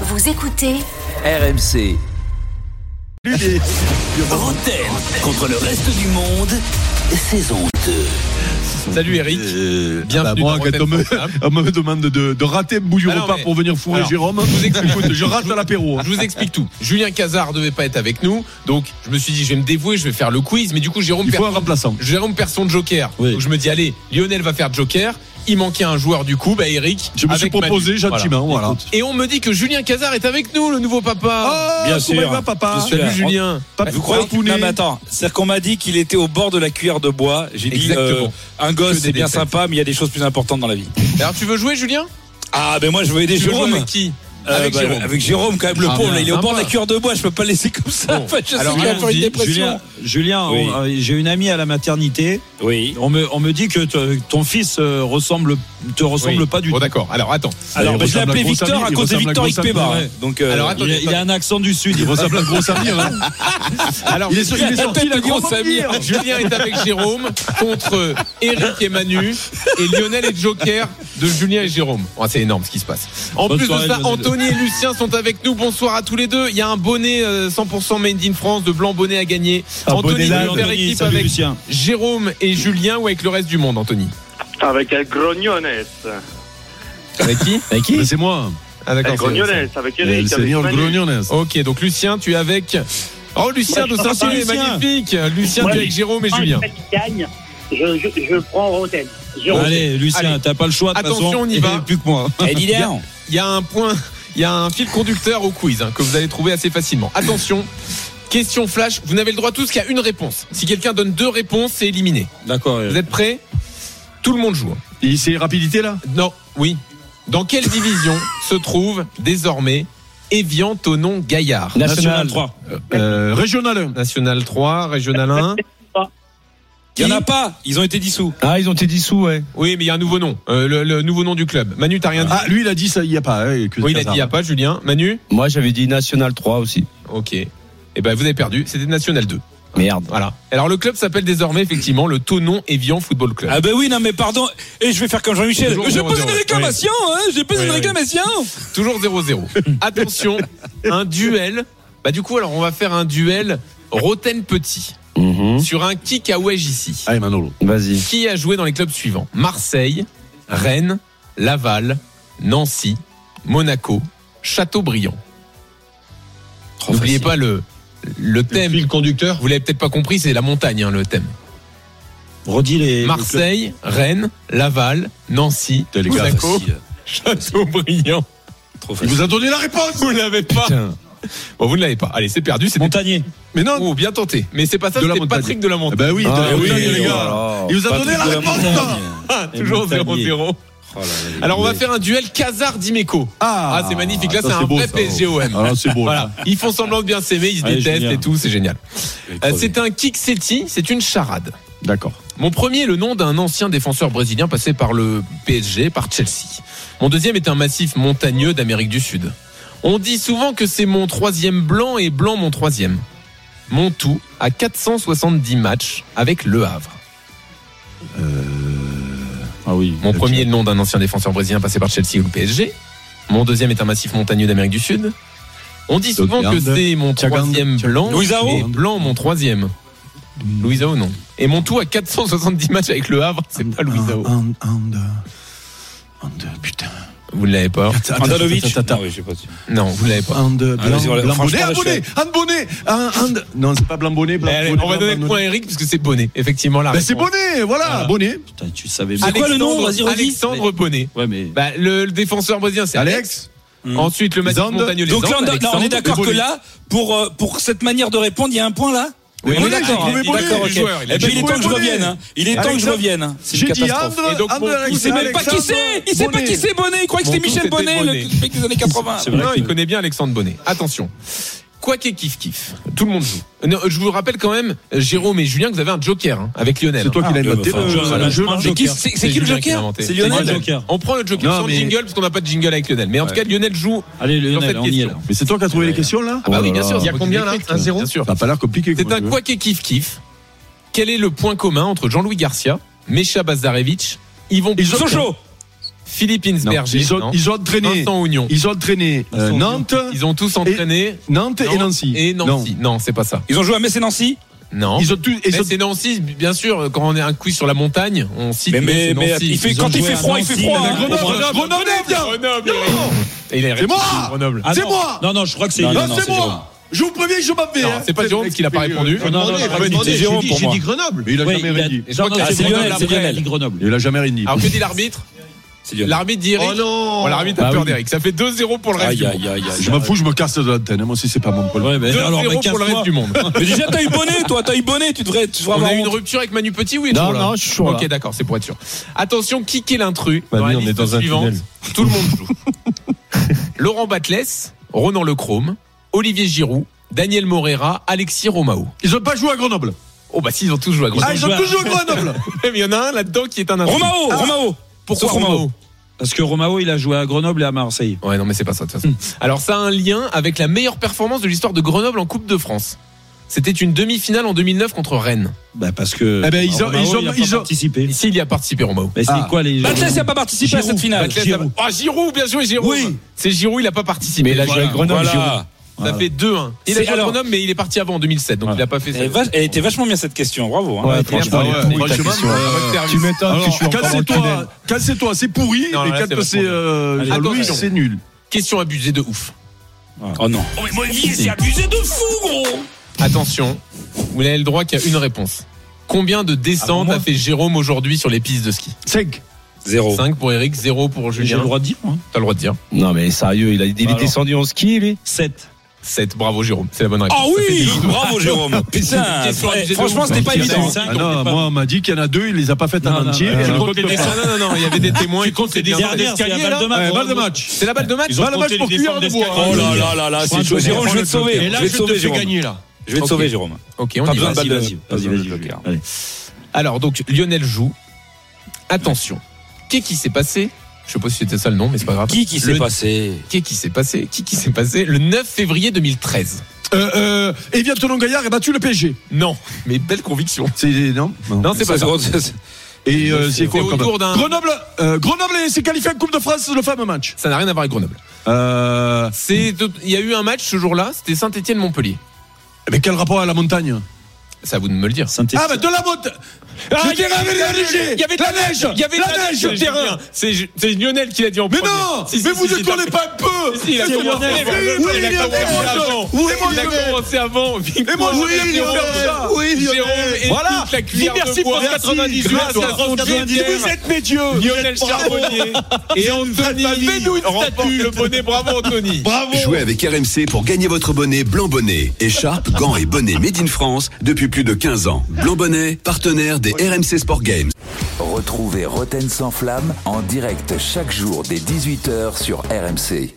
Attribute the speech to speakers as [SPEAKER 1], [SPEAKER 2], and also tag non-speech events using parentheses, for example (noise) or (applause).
[SPEAKER 1] Vous écoutez
[SPEAKER 2] RMC.
[SPEAKER 3] Luné.
[SPEAKER 4] Roten contre le reste du monde, saison 2.
[SPEAKER 5] Salut Eric.
[SPEAKER 3] Euh,
[SPEAKER 5] Bienvenue
[SPEAKER 3] ah bah moi,
[SPEAKER 5] dans
[SPEAKER 3] quand
[SPEAKER 5] Rotten
[SPEAKER 3] on me,
[SPEAKER 5] Programme.
[SPEAKER 3] (laughs) on me demande de, de rater Bouillou
[SPEAKER 5] Alors,
[SPEAKER 3] Repas
[SPEAKER 5] mais-
[SPEAKER 3] pour venir fourrer
[SPEAKER 5] alors,
[SPEAKER 3] Jérôme,
[SPEAKER 5] je vous explique.
[SPEAKER 3] écoute, je rate à l'apéro. hein.
[SPEAKER 5] Je vous explique tout. Julien Cazard devait pas être avec nous, donc je me suis dit je vais me dévouer, je vais faire le quiz, mais du coup Jérôme
[SPEAKER 3] Il
[SPEAKER 5] perd,
[SPEAKER 3] faut un remplaçant.
[SPEAKER 5] Jérôme perd son joker.
[SPEAKER 3] Oui.
[SPEAKER 5] Donc je me dis allez, Lionel va faire joker. Il manquait un joueur du coup, bah Eric.
[SPEAKER 3] Je me suis
[SPEAKER 5] avec Manu.
[SPEAKER 3] proposé gentiment, voilà.
[SPEAKER 5] Voilà. Et on me dit que Julien Cazard est avec nous, le nouveau papa.
[SPEAKER 3] Ah,
[SPEAKER 6] Bien
[SPEAKER 3] comment
[SPEAKER 6] sûr.
[SPEAKER 3] il va, papa hein.
[SPEAKER 6] Je suis là.
[SPEAKER 5] Salut Julien.
[SPEAKER 3] Papa
[SPEAKER 6] Ah, Vous croyez
[SPEAKER 3] Pounet.
[SPEAKER 6] Non mais attends, c'est-à-dire qu'on m'a dit qu'il était au bord de la cuillère de bois. J'ai dit
[SPEAKER 5] Exactement.
[SPEAKER 6] euh, un
[SPEAKER 5] Que
[SPEAKER 6] gosse
[SPEAKER 5] des
[SPEAKER 6] c'est bien
[SPEAKER 5] défaites.
[SPEAKER 6] sympa, mais il y a des choses plus importantes dans la vie.
[SPEAKER 3] Oh
[SPEAKER 5] Alors tu veux jouer Julien
[SPEAKER 6] Ah ben moi je veux aider
[SPEAKER 5] Tu veux jouer
[SPEAKER 6] Jérôme.
[SPEAKER 5] avec qui
[SPEAKER 6] Euh,
[SPEAKER 5] Avec
[SPEAKER 6] bah,
[SPEAKER 5] Jérôme.
[SPEAKER 6] avec Jérôme quand même le
[SPEAKER 5] Ah,
[SPEAKER 6] pauvre,
[SPEAKER 5] bien,
[SPEAKER 6] là, il est au bord de
[SPEAKER 5] sympa.
[SPEAKER 6] la cuillère de bois. Je peux pas le laisser comme ça.
[SPEAKER 5] Bon.
[SPEAKER 6] (laughs) Enfin, je
[SPEAKER 5] Alors,
[SPEAKER 6] sais qu'il va
[SPEAKER 5] allons-y,
[SPEAKER 6] faire une dépression.
[SPEAKER 7] Julien, Julien,
[SPEAKER 6] Oui.
[SPEAKER 7] on- euh, j'ai une amie à la maternité.
[SPEAKER 6] Oui.
[SPEAKER 7] On me, on me dit que te- ton fils euh, ressemble, te ressemble
[SPEAKER 5] Oui.
[SPEAKER 7] pas du tout.
[SPEAKER 5] Bon d'accord. Alors attends.
[SPEAKER 6] Alors ben, je
[SPEAKER 3] ressemble
[SPEAKER 6] l'ai
[SPEAKER 3] à
[SPEAKER 6] appelé
[SPEAKER 3] Gros
[SPEAKER 6] Victor
[SPEAKER 3] Samir,
[SPEAKER 6] à
[SPEAKER 3] il
[SPEAKER 6] cause de
[SPEAKER 3] ressemble à
[SPEAKER 6] Victor
[SPEAKER 3] Gros Samir.
[SPEAKER 6] Ikpeba.
[SPEAKER 3] Ouais.
[SPEAKER 6] Donc euh,
[SPEAKER 5] Alors, attends.
[SPEAKER 7] Il, a- il a un accent du sud.
[SPEAKER 6] (laughs)
[SPEAKER 7] Il ressemble à gros Samir.
[SPEAKER 5] Alors
[SPEAKER 3] Ah, Il est sur- il est sorti, la
[SPEAKER 6] grosse famille.
[SPEAKER 7] hein.
[SPEAKER 5] Julien est avec Jérôme contre Eric et Manu et Lionel est Joker de Julien et Jérôme. Oh, c'est énorme ce qui se passe. En
[SPEAKER 7] Bonne
[SPEAKER 5] plus
[SPEAKER 7] soirée,
[SPEAKER 5] de ça,
[SPEAKER 7] Lionel.
[SPEAKER 5] Anthony et Lucien sont avec nous. Bonsoir à tous les deux. Il y a un bonnet euh, 100% made in France de blanc bonnet à gagner. Anthony
[SPEAKER 7] là,
[SPEAKER 5] va faire
[SPEAKER 7] Anthony,
[SPEAKER 5] équipe
[SPEAKER 7] salut,
[SPEAKER 5] avec
[SPEAKER 7] Lucien.
[SPEAKER 5] Jérôme et Julien ou avec le reste du monde, Anthony.
[SPEAKER 8] Avec El Grognones.
[SPEAKER 5] Avec qui Avec
[SPEAKER 3] Mais C'est moi,
[SPEAKER 5] Ah d'accord.
[SPEAKER 8] El
[SPEAKER 5] c'est-
[SPEAKER 8] Grognones, avec
[SPEAKER 3] le
[SPEAKER 8] Eric. avec
[SPEAKER 3] seigneur
[SPEAKER 8] Manu.
[SPEAKER 3] Grognones.
[SPEAKER 5] Ok, donc Lucien, tu es avec. Oh Lucien de saint est
[SPEAKER 7] Lucien.
[SPEAKER 5] magnifique. Lucien,
[SPEAKER 9] Moi,
[SPEAKER 5] tu es avec Jérôme et
[SPEAKER 9] Moi,
[SPEAKER 5] Julien.
[SPEAKER 9] je fais une gagne, je, je, je prends Roten. Jérôme.
[SPEAKER 7] Allez, Lucien,
[SPEAKER 5] Allez.
[SPEAKER 7] t'as pas le choix. de toute
[SPEAKER 5] Attention,
[SPEAKER 7] façon.
[SPEAKER 5] on y
[SPEAKER 7] Il
[SPEAKER 5] va.
[SPEAKER 7] est Plus que moi.
[SPEAKER 6] eh, dis donc.
[SPEAKER 5] il y a un point, il y a un fil conducteur au quiz hein, que vous allez trouver assez facilement. Attention, question flash, vous n'avez le droit tous qu'à une réponse. Si quelqu'un donne deux réponses, c'est éliminé.
[SPEAKER 7] D'accord.
[SPEAKER 3] Euh.
[SPEAKER 5] Vous êtes prêts Tout le monde joue. hein.
[SPEAKER 3] Et c'est rapidité là
[SPEAKER 5] Non, oui. Dans quelle division (laughs) se trouve désormais Evian Tonon Gaillard
[SPEAKER 7] National 3.
[SPEAKER 3] Euh, Régional
[SPEAKER 5] National 3,
[SPEAKER 3] (laughs)
[SPEAKER 5] Régional 1.
[SPEAKER 6] Il y en a pas. Ils ont été dissous.
[SPEAKER 7] Ah, ils ont été dissous, ouais.
[SPEAKER 5] Oui, mais il y a un nouveau nom, euh, le, le nouveau nom du club. Manu, t'as rien dit
[SPEAKER 3] Ah, lui il a dit ça, il n'y a pas. hein, que
[SPEAKER 5] Oui, il
[SPEAKER 3] ça
[SPEAKER 5] a dit, il n'y a pas, Julien. Manu
[SPEAKER 10] Moi, j'avais dit National 3 aussi.
[SPEAKER 5] Ok. Eh ben, vous avez perdu, c'était National 2.
[SPEAKER 10] Merde.
[SPEAKER 5] Voilà. Alors, le club s'appelle désormais, effectivement, le Tonon Evian Football Club.
[SPEAKER 6] Ah ben oui, non mais pardon. Et je vais faire comme Jean-Michel.
[SPEAKER 5] Toujours
[SPEAKER 6] Je
[SPEAKER 5] zéro,
[SPEAKER 6] pose une
[SPEAKER 5] zéro.
[SPEAKER 6] réclamation. hein, Je pose
[SPEAKER 5] Oui,
[SPEAKER 6] une
[SPEAKER 5] oui.
[SPEAKER 6] réclamation.
[SPEAKER 5] Toujours 0-0. (laughs) Attention, un duel. Bah du coup, alors on va faire un duel Roten Petit
[SPEAKER 10] Mhm.
[SPEAKER 5] sur un kick à Ouège ici.
[SPEAKER 3] Allez, Manolo.
[SPEAKER 10] Vas-y.
[SPEAKER 5] Qui a joué dans les clubs suivants Marseille, Rennes, Laval, Nancy, Monaco, Châteaubriand. N'oubliez pas le, le thème.
[SPEAKER 3] fil
[SPEAKER 5] conducteur. Vous l'avez peut-être pas compris, c'est la montagne, hein, le thème.
[SPEAKER 7] Redis les.
[SPEAKER 5] Marseille, Rennes, Laval, Nancy, Monaco, Châteaubriand.
[SPEAKER 6] Trop
[SPEAKER 3] Il vous a donné la réponse
[SPEAKER 5] Vous l'avez pas. Bon, vous ne l'avez pas. Allez, c'est perdu. C'était
[SPEAKER 7] Montagnier.
[SPEAKER 3] Mais non
[SPEAKER 5] Oh, bien tenté. Mais c'est pas ça,
[SPEAKER 3] De la
[SPEAKER 5] c'était
[SPEAKER 3] montagne.
[SPEAKER 5] Patrick de la
[SPEAKER 3] Eh
[SPEAKER 5] Montagne.
[SPEAKER 3] Ben oui,
[SPEAKER 10] Ah,
[SPEAKER 3] t'as-
[SPEAKER 10] oui,
[SPEAKER 3] oui,
[SPEAKER 5] oh
[SPEAKER 3] les gars
[SPEAKER 10] voilà.
[SPEAKER 3] Il vous a donné la réponse hein.
[SPEAKER 5] Ah, toujours
[SPEAKER 7] Montagnier.
[SPEAKER 5] 0-0. Alors, on va faire un duel Kazar-Dimeco. Ah, c'est magnifique. Là,
[SPEAKER 3] ça,
[SPEAKER 5] c'est un
[SPEAKER 3] beau,
[SPEAKER 5] vrai
[SPEAKER 3] ça.
[SPEAKER 5] PSGOM.
[SPEAKER 3] Ah, c'est beau. Ah,
[SPEAKER 5] Voilà.
[SPEAKER 3] là.
[SPEAKER 5] Ils font semblant de bien s'aimer, ils se
[SPEAKER 7] Allez,
[SPEAKER 5] détestent
[SPEAKER 7] Julien.
[SPEAKER 5] et tout, c'est génial. Euh, c'est un kick seti, c'est une charade.
[SPEAKER 3] D'accord.
[SPEAKER 5] Mon premier est le nom d'un ancien défenseur brésilien passé par le PSG, par Chelsea. Mon deuxième est un massif montagneux d'Amérique du Sud. On dit souvent que c'est mon troisième blanc et blanc mon troisième. Mon tout à 470 matchs avec Le Havre.
[SPEAKER 7] Ah oui.
[SPEAKER 5] Euh, Mon premier est le nom d'un ancien défenseur brésilien passé par Chelsea ou le PSG. Mon deuxième est un massif montagneux d'Amérique du Sud. On dit souvent que
[SPEAKER 3] Togande,
[SPEAKER 5] c'est mon
[SPEAKER 3] Tchagande,
[SPEAKER 5] troisième
[SPEAKER 3] Tchagande.
[SPEAKER 5] blanc
[SPEAKER 6] Luisao
[SPEAKER 5] et blanc mon troisième. Louisao non. Et mon tout à 470 matchs avec le Havre, c'est pas Louisao.
[SPEAKER 3] Un, un, un, deux. Un, deux, putain.
[SPEAKER 5] Vous ne l'avez pas.
[SPEAKER 6] Andanovic.
[SPEAKER 3] Attends,
[SPEAKER 6] Non, oui, j'ai pas su.
[SPEAKER 5] Non, vous ne l'avez pas.
[SPEAKER 3] Un, deux,
[SPEAKER 6] Ah,
[SPEAKER 3] blanc,
[SPEAKER 6] vas-y, voilà,
[SPEAKER 3] blanc bonnet,
[SPEAKER 6] franchement,
[SPEAKER 3] un bonnet, un bonnet, un, un, deux. Non, c'est pas blanc bonnet, blanc
[SPEAKER 5] Allez,
[SPEAKER 3] bonnet,
[SPEAKER 5] Eh, on va
[SPEAKER 3] blanc
[SPEAKER 5] donner le
[SPEAKER 3] bonnet.
[SPEAKER 5] point à Eric parce que c'est Bonnet, effectivement là.
[SPEAKER 3] Ben, c'est bonnet, voilà, bonnet.
[SPEAKER 7] Putain, tu savais
[SPEAKER 6] C'est quoi le nom Vas-y, redis.
[SPEAKER 5] Bah, Alexandre Bonnet.
[SPEAKER 7] Ouais, mais.
[SPEAKER 5] Bah, le, le défenseur brésilien, c'est Alex.
[SPEAKER 3] Alex,
[SPEAKER 5] Ensuite, le massif
[SPEAKER 3] Zande.
[SPEAKER 5] montagneux les
[SPEAKER 6] Donc là,
[SPEAKER 5] Andes,
[SPEAKER 6] on, là, on
[SPEAKER 5] Alexandre.
[SPEAKER 6] est d'accord que là, pour, euh, pour cette manière de répondre, il y a un point là
[SPEAKER 5] Oui,
[SPEAKER 6] on
[SPEAKER 5] oui,
[SPEAKER 6] est d'accord.
[SPEAKER 5] il est
[SPEAKER 6] hein.
[SPEAKER 5] bon,
[SPEAKER 6] D'accord,
[SPEAKER 5] il est
[SPEAKER 6] ok.
[SPEAKER 5] joueur, il est
[SPEAKER 6] Eh ben, il est
[SPEAKER 3] bon
[SPEAKER 6] temps que je
[SPEAKER 3] joueur.
[SPEAKER 6] revienne. hein. Il est temps que je
[SPEAKER 3] Alexandre,
[SPEAKER 6] revienne. hein. C'est
[SPEAKER 3] j'ai
[SPEAKER 6] une
[SPEAKER 3] dit
[SPEAKER 6] catastrophe.
[SPEAKER 3] Andre,
[SPEAKER 5] Et donc, mon
[SPEAKER 3] Andre
[SPEAKER 5] coup,
[SPEAKER 3] Alexandre.
[SPEAKER 6] Il sait même pas qui c'est Il sait pas
[SPEAKER 3] Bonnet.
[SPEAKER 6] qui c'est Bonnet Il croit que
[SPEAKER 5] Mon
[SPEAKER 6] c'était
[SPEAKER 5] tout,
[SPEAKER 6] Michel
[SPEAKER 5] c'était
[SPEAKER 6] Bonnet,
[SPEAKER 5] Bonnet.
[SPEAKER 6] le mec des années 80.
[SPEAKER 5] Non, il connaît bien Alexandre Bonnet. Attention. Quoi qu'il kiff kiff, tout le monde joue. Non, je vous rappelle quand même, euh, Jérôme et Julien, que vous avez un joker hein, avec Lionel.
[SPEAKER 3] C'est toi qui l'as inventé,
[SPEAKER 6] enfin,
[SPEAKER 3] le
[SPEAKER 6] je-
[SPEAKER 3] le jeu. là.
[SPEAKER 6] C'est qui- C'est c'est qui
[SPEAKER 5] Julien
[SPEAKER 6] le
[SPEAKER 5] qui l'a
[SPEAKER 6] joker
[SPEAKER 5] inventé.
[SPEAKER 6] C'est Lionel
[SPEAKER 5] C'est
[SPEAKER 7] Joker.
[SPEAKER 5] On prend le joker
[SPEAKER 3] Non,
[SPEAKER 5] sans
[SPEAKER 3] mais-
[SPEAKER 5] jingle parce qu'on n'a pas de jingle avec Lionel. Mais en tout cas, Lionel joue.
[SPEAKER 7] Allez,
[SPEAKER 5] Sur cette
[SPEAKER 7] Lionel, on y est
[SPEAKER 5] question.
[SPEAKER 7] là.
[SPEAKER 3] Mais c'est toi qui as trouvé les questions, là
[SPEAKER 5] Ah bah oui,
[SPEAKER 10] là
[SPEAKER 5] bien
[SPEAKER 10] là.
[SPEAKER 5] sûr. Il y a
[SPEAKER 3] Faut
[SPEAKER 5] combien
[SPEAKER 3] qu'il
[SPEAKER 5] là
[SPEAKER 3] écrive,
[SPEAKER 5] Un zéro
[SPEAKER 3] Bien sûr. Ça a pas l'air compliqué.
[SPEAKER 5] C'est
[SPEAKER 3] comment
[SPEAKER 5] un
[SPEAKER 3] tu veux.
[SPEAKER 5] quoi qu'il kiff kiff. Quel est le point commun entre Jean-Louis Garcia, Mecha Bazdarevic, Yvon
[SPEAKER 6] Sochaux
[SPEAKER 5] Philippe
[SPEAKER 3] Non,
[SPEAKER 5] Insberger.
[SPEAKER 3] Ils ont,
[SPEAKER 5] non
[SPEAKER 3] ils ont entraîné,
[SPEAKER 5] Vincent Oignon.
[SPEAKER 3] ils ont entraîné euh, Nantes,
[SPEAKER 5] Ils ont tous entraîné.
[SPEAKER 3] Nantes et Nancy.
[SPEAKER 5] Et Nancy. Non, c'est pas ça.
[SPEAKER 6] Ils ont joué à Metz et Nancy
[SPEAKER 5] Non.
[SPEAKER 7] Hein
[SPEAKER 3] Non. Ils ont tous,
[SPEAKER 5] Mais
[SPEAKER 3] ils ont-
[SPEAKER 5] c'est Nancy, bien sûr. Quand on est un quiz sur la montagne, on cite.
[SPEAKER 6] Mais,
[SPEAKER 5] Metz
[SPEAKER 6] mais,
[SPEAKER 5] et
[SPEAKER 6] mais
[SPEAKER 5] Nancy.
[SPEAKER 6] il fait-
[SPEAKER 5] Ils ont
[SPEAKER 6] quand il
[SPEAKER 5] joué
[SPEAKER 6] fait
[SPEAKER 5] à
[SPEAKER 6] froid, il fait
[SPEAKER 7] Nancy,
[SPEAKER 6] froid.
[SPEAKER 7] mais
[SPEAKER 6] hein.
[SPEAKER 3] Grenoble, Grenoble, Grenoble, viens. Non,
[SPEAKER 5] Et il a
[SPEAKER 3] C'est moi
[SPEAKER 5] répondu Grenoble.
[SPEAKER 7] Ah
[SPEAKER 3] C'est
[SPEAKER 7] non,
[SPEAKER 3] moi
[SPEAKER 7] Non, non, je crois que c'est.
[SPEAKER 3] Ah,
[SPEAKER 7] non, non,
[SPEAKER 3] c'est
[SPEAKER 7] Jérôme.
[SPEAKER 3] moi Je vous préviens que je m'en vais.
[SPEAKER 5] Non,
[SPEAKER 3] hein.
[SPEAKER 5] c'est pas Jérôme qui l'a pas répondu.
[SPEAKER 7] Non, non, non,
[SPEAKER 3] Attendez,
[SPEAKER 7] non,
[SPEAKER 3] attendez,
[SPEAKER 7] non,
[SPEAKER 3] j'ai
[SPEAKER 7] Jérôme
[SPEAKER 3] dit-
[SPEAKER 7] pour
[SPEAKER 3] j'ai
[SPEAKER 7] moi.
[SPEAKER 3] dit Grenoble. Il a
[SPEAKER 7] Oui,
[SPEAKER 3] jamais
[SPEAKER 7] il a-
[SPEAKER 3] rien dit.
[SPEAKER 5] Je crois
[SPEAKER 7] non,
[SPEAKER 5] qu'il y a
[SPEAKER 7] c'est
[SPEAKER 5] Grenoble
[SPEAKER 7] Lionel, c'est
[SPEAKER 5] après.
[SPEAKER 7] Lionel. Ah, Grenoble.
[SPEAKER 3] Il a jamais rien dit.
[SPEAKER 5] Alors que dit l'arbitre
[SPEAKER 6] C'est Lionel.
[SPEAKER 5] L'arbitre dit Eric.
[SPEAKER 3] Oh non
[SPEAKER 5] Bon, l'arbitre a
[SPEAKER 7] Bah
[SPEAKER 5] peur
[SPEAKER 7] oui.
[SPEAKER 5] d'Eric. Ça fait 2-0 pour le reste
[SPEAKER 6] Aïe,
[SPEAKER 5] du monde.
[SPEAKER 6] aïe, aïe, aïe.
[SPEAKER 3] Je m'en fous, je me casse de l'antenne. Moi aussi, c'est pas mon problème.
[SPEAKER 7] Ouais, mais
[SPEAKER 5] 2-0
[SPEAKER 7] alors, mais
[SPEAKER 5] pour le reste
[SPEAKER 7] casse-toi.
[SPEAKER 5] du monde.
[SPEAKER 6] Mais déjà, t'as eu bonnet, toi, t'as eu bonnet, tu devrais, tu devrais
[SPEAKER 5] On
[SPEAKER 6] avoir
[SPEAKER 5] a eu une
[SPEAKER 6] honte.
[SPEAKER 5] rupture avec Manu Petit ou il est
[SPEAKER 10] Non,
[SPEAKER 5] toujours là
[SPEAKER 10] non, je suis toujours
[SPEAKER 5] Ok,
[SPEAKER 10] là.
[SPEAKER 5] d'accord, c'est pour être sûr. Attention, qui est l'intrus
[SPEAKER 10] Bah
[SPEAKER 5] dans
[SPEAKER 10] oui,
[SPEAKER 5] la
[SPEAKER 10] on est
[SPEAKER 5] liste
[SPEAKER 10] dans un
[SPEAKER 5] suivante
[SPEAKER 10] tunnel.
[SPEAKER 5] Tout le monde joue. Laurent Batles, Ronan Lechrome, Olivier Giroud, Daniel Morera, Alexis Romao.
[SPEAKER 3] Ils ont pas joué à Grenoble.
[SPEAKER 5] Oh bah si, ils ont tous joué à Grenoble.
[SPEAKER 3] Ah, ils ont tous joué
[SPEAKER 5] (laughs)
[SPEAKER 3] à Grenoble.
[SPEAKER 5] Mais il y en a un là-dedans qui est un intrus.
[SPEAKER 6] Romao,
[SPEAKER 5] Ah,
[SPEAKER 6] Romao.
[SPEAKER 5] Pourquoi
[SPEAKER 6] Sauf
[SPEAKER 5] Romao
[SPEAKER 6] Romao.
[SPEAKER 7] Parce que Romao, il a joué à Grenoble et à Marseille.
[SPEAKER 5] Ouais, non, mais c'est pas ça de toute façon. Alors, ça a un lien avec la meilleure performance de l'histoire de Grenoble en Coupe de France. C'était une demi-finale en 2009 contre Rennes.
[SPEAKER 7] Bah, parce que.
[SPEAKER 3] Eh ben, ils ont-
[SPEAKER 7] Romao,
[SPEAKER 3] ils ont-
[SPEAKER 7] il a pas
[SPEAKER 3] ils ont-
[SPEAKER 7] participé.
[SPEAKER 5] Ici, il y a participé, Romao.
[SPEAKER 7] Mais c'est
[SPEAKER 3] Ah.
[SPEAKER 7] quoi les.
[SPEAKER 6] Batles n'a pas participé à cette finale.
[SPEAKER 5] Batles, ça va- Ah, Giroud, bien joué, Giroud.
[SPEAKER 7] Oui.
[SPEAKER 5] C'est Giroud, il a pas participé.
[SPEAKER 10] Mais il a joué à Grenoble, Giroud.
[SPEAKER 6] Voilà.
[SPEAKER 5] Ça fait 2-1. Il a
[SPEAKER 6] C'est-
[SPEAKER 5] joué à
[SPEAKER 6] alors-
[SPEAKER 5] Grenoble, mais il est parti avant en 2007, donc
[SPEAKER 10] Voilà.
[SPEAKER 5] il a pas fait ça.
[SPEAKER 6] Elle est vache- elle était vachement bien cette question, bravo. hein.
[SPEAKER 10] Ouais,
[SPEAKER 7] t'es
[SPEAKER 10] franchement,
[SPEAKER 7] là,
[SPEAKER 10] il est
[SPEAKER 7] ouais,
[SPEAKER 10] pourri, ta
[SPEAKER 3] franchement,
[SPEAKER 10] question.
[SPEAKER 3] euh,
[SPEAKER 7] Ah,
[SPEAKER 10] Tu m'étonnes que je suis
[SPEAKER 3] Alors,
[SPEAKER 10] encore dans le tunnel.
[SPEAKER 3] cassez-toi, cassez-toi, c'est pourri,
[SPEAKER 5] Non,
[SPEAKER 3] et
[SPEAKER 5] là, c'est
[SPEAKER 3] quand c'est
[SPEAKER 5] vachement
[SPEAKER 3] euh,
[SPEAKER 5] Allez,
[SPEAKER 3] à Louis,
[SPEAKER 5] attention.
[SPEAKER 3] c'est nul.
[SPEAKER 5] Question abusée de ouf.
[SPEAKER 6] Oh non.
[SPEAKER 4] Oh, mais moi, Olivier, c'est abusé de fou, gros
[SPEAKER 5] Attention, vous n'avez le droit qu'à une réponse. Combien de descentes
[SPEAKER 10] Ah,
[SPEAKER 5] a fait Jérôme aujourd'hui sur les pistes de ski
[SPEAKER 3] 5.
[SPEAKER 6] Zéro.
[SPEAKER 5] 5 pour Eric, 0 pour
[SPEAKER 7] J'ai le
[SPEAKER 5] Julien.
[SPEAKER 7] droit de dire, moi. Bah
[SPEAKER 5] T'as le droit de dire.
[SPEAKER 10] Oh. Non, mais sérieux, il, a, il est
[SPEAKER 7] Alors.
[SPEAKER 10] descendu en ski, lui
[SPEAKER 7] 7.
[SPEAKER 5] 7, bravo Jérôme, c'est la bonne réponse.
[SPEAKER 6] Ah
[SPEAKER 5] Ça fait
[SPEAKER 6] oui
[SPEAKER 5] deux.
[SPEAKER 6] Bravo Jérôme Putain
[SPEAKER 5] Question
[SPEAKER 6] eh,
[SPEAKER 5] abusée de
[SPEAKER 6] Franchement
[SPEAKER 5] ouf.
[SPEAKER 6] c'était pas
[SPEAKER 5] Il y en a
[SPEAKER 6] évident.
[SPEAKER 5] cinq, donc
[SPEAKER 3] Ah non,
[SPEAKER 5] c'est pas-
[SPEAKER 3] moi, on m'a dit qu'il y en a deux, il les a pas faites
[SPEAKER 7] Non,
[SPEAKER 3] en
[SPEAKER 7] non,
[SPEAKER 3] entier.
[SPEAKER 7] non,
[SPEAKER 3] et
[SPEAKER 5] Tu
[SPEAKER 3] elle
[SPEAKER 7] non,
[SPEAKER 5] comptes
[SPEAKER 3] compte
[SPEAKER 5] les
[SPEAKER 3] pas.
[SPEAKER 5] descentes. Euh, Non, non, non, il y avait des (laughs) témoins. C'est des
[SPEAKER 7] dernières, c'est la balle de
[SPEAKER 3] Ouais,
[SPEAKER 7] match.
[SPEAKER 3] balle de match.
[SPEAKER 5] C'est la balle de match
[SPEAKER 3] Ils ont
[SPEAKER 5] Balle de match
[SPEAKER 3] compté
[SPEAKER 5] pour
[SPEAKER 3] les
[SPEAKER 5] cuillère de
[SPEAKER 3] descentes
[SPEAKER 5] bois.
[SPEAKER 6] Oh là là là là c'est chaud. Jérôme je vais te sauver. Je vais te sauver Jérôme.
[SPEAKER 3] là.
[SPEAKER 6] Je vais te
[SPEAKER 5] Ok.
[SPEAKER 6] sauver Jérôme.
[SPEAKER 5] Ok, on y
[SPEAKER 6] Pas
[SPEAKER 5] va.
[SPEAKER 6] besoin de balle de
[SPEAKER 7] Vas-y,
[SPEAKER 6] match.
[SPEAKER 7] vas-y, vas-y,
[SPEAKER 6] Joker.
[SPEAKER 7] Allez.
[SPEAKER 5] Alors donc Lionel joue. Attention. Qu'est-ce qui s'est passé Je sais pas si c'était ça le nom, mais c'est pas grave.
[SPEAKER 6] Qui qui
[SPEAKER 5] Le-
[SPEAKER 6] s'est passé
[SPEAKER 5] Qu'est-ce qui s'est passé Qui qui s'est passé le 9 février 2013
[SPEAKER 3] Euh, euh, Evian Tonon Gaillard a battu le PSG.
[SPEAKER 5] Non, mais belle conviction.
[SPEAKER 3] C'est non.
[SPEAKER 5] Non, c'est pas ça.
[SPEAKER 3] Et euh, c'est quoi
[SPEAKER 5] C'est
[SPEAKER 3] comme
[SPEAKER 5] autour d'un-
[SPEAKER 3] Grenoble euh, Grenoble s'est qualifié en Coupe de France le fameux match.
[SPEAKER 5] Ça n'a rien à voir avec Grenoble.
[SPEAKER 3] Euh,
[SPEAKER 5] C'est il y a eu un match ce jour-là, c'était Saint-Étienne-Montpellier.
[SPEAKER 3] mais quel rapport à la montagne
[SPEAKER 5] C'est à vous de me le dire.
[SPEAKER 3] Ah bah de la montagne.
[SPEAKER 5] Ah,
[SPEAKER 3] Le terrain avait érigé.
[SPEAKER 5] Il y avait de
[SPEAKER 3] la neige.
[SPEAKER 5] Il y avait de la neige sur le terrain. C'est c'est Lionel qui l'a dit en
[SPEAKER 3] Mais
[SPEAKER 5] premier.
[SPEAKER 3] non
[SPEAKER 5] Si, si,
[SPEAKER 3] Mais
[SPEAKER 5] si,
[SPEAKER 3] vous
[SPEAKER 5] si,
[SPEAKER 3] ne connaissez pas un peu
[SPEAKER 5] Si, si, il a
[SPEAKER 3] Mais
[SPEAKER 5] commencé
[SPEAKER 3] comment-
[SPEAKER 5] avant.
[SPEAKER 3] Oui,
[SPEAKER 5] Il a
[SPEAKER 3] il a
[SPEAKER 5] commencé
[SPEAKER 3] commencé
[SPEAKER 5] avant.
[SPEAKER 3] avant. Oui,
[SPEAKER 5] Il a commencé avant.
[SPEAKER 3] Et moi, oui,
[SPEAKER 5] Jérôme,
[SPEAKER 3] Lionel.
[SPEAKER 5] Jérôme,
[SPEAKER 3] Oui, Lionel.
[SPEAKER 5] Jérôme et
[SPEAKER 3] Voilà.
[SPEAKER 5] toute la cuillère
[SPEAKER 3] Merci
[SPEAKER 5] de bois.
[SPEAKER 3] pour 98,
[SPEAKER 5] Grâce à son
[SPEAKER 3] grâce à
[SPEAKER 5] GTM,
[SPEAKER 3] 98. Vous êtes mes dieux
[SPEAKER 5] Lionel Charbonnier et Anthony
[SPEAKER 3] Fais-nous une
[SPEAKER 5] remporte le bonnet. Bravo Anthony.
[SPEAKER 3] (laughs)
[SPEAKER 1] Jouez avec RMC pour gagner votre bonnet blanc bonnet, écharpe, gants et bonnet made in France depuis plus de 15 ans. Blanc bonnet, partenaire des RMC Sport Games.
[SPEAKER 4] Retrouvez Roten sans flamme en direct chaque jour dès 18h sur RMC.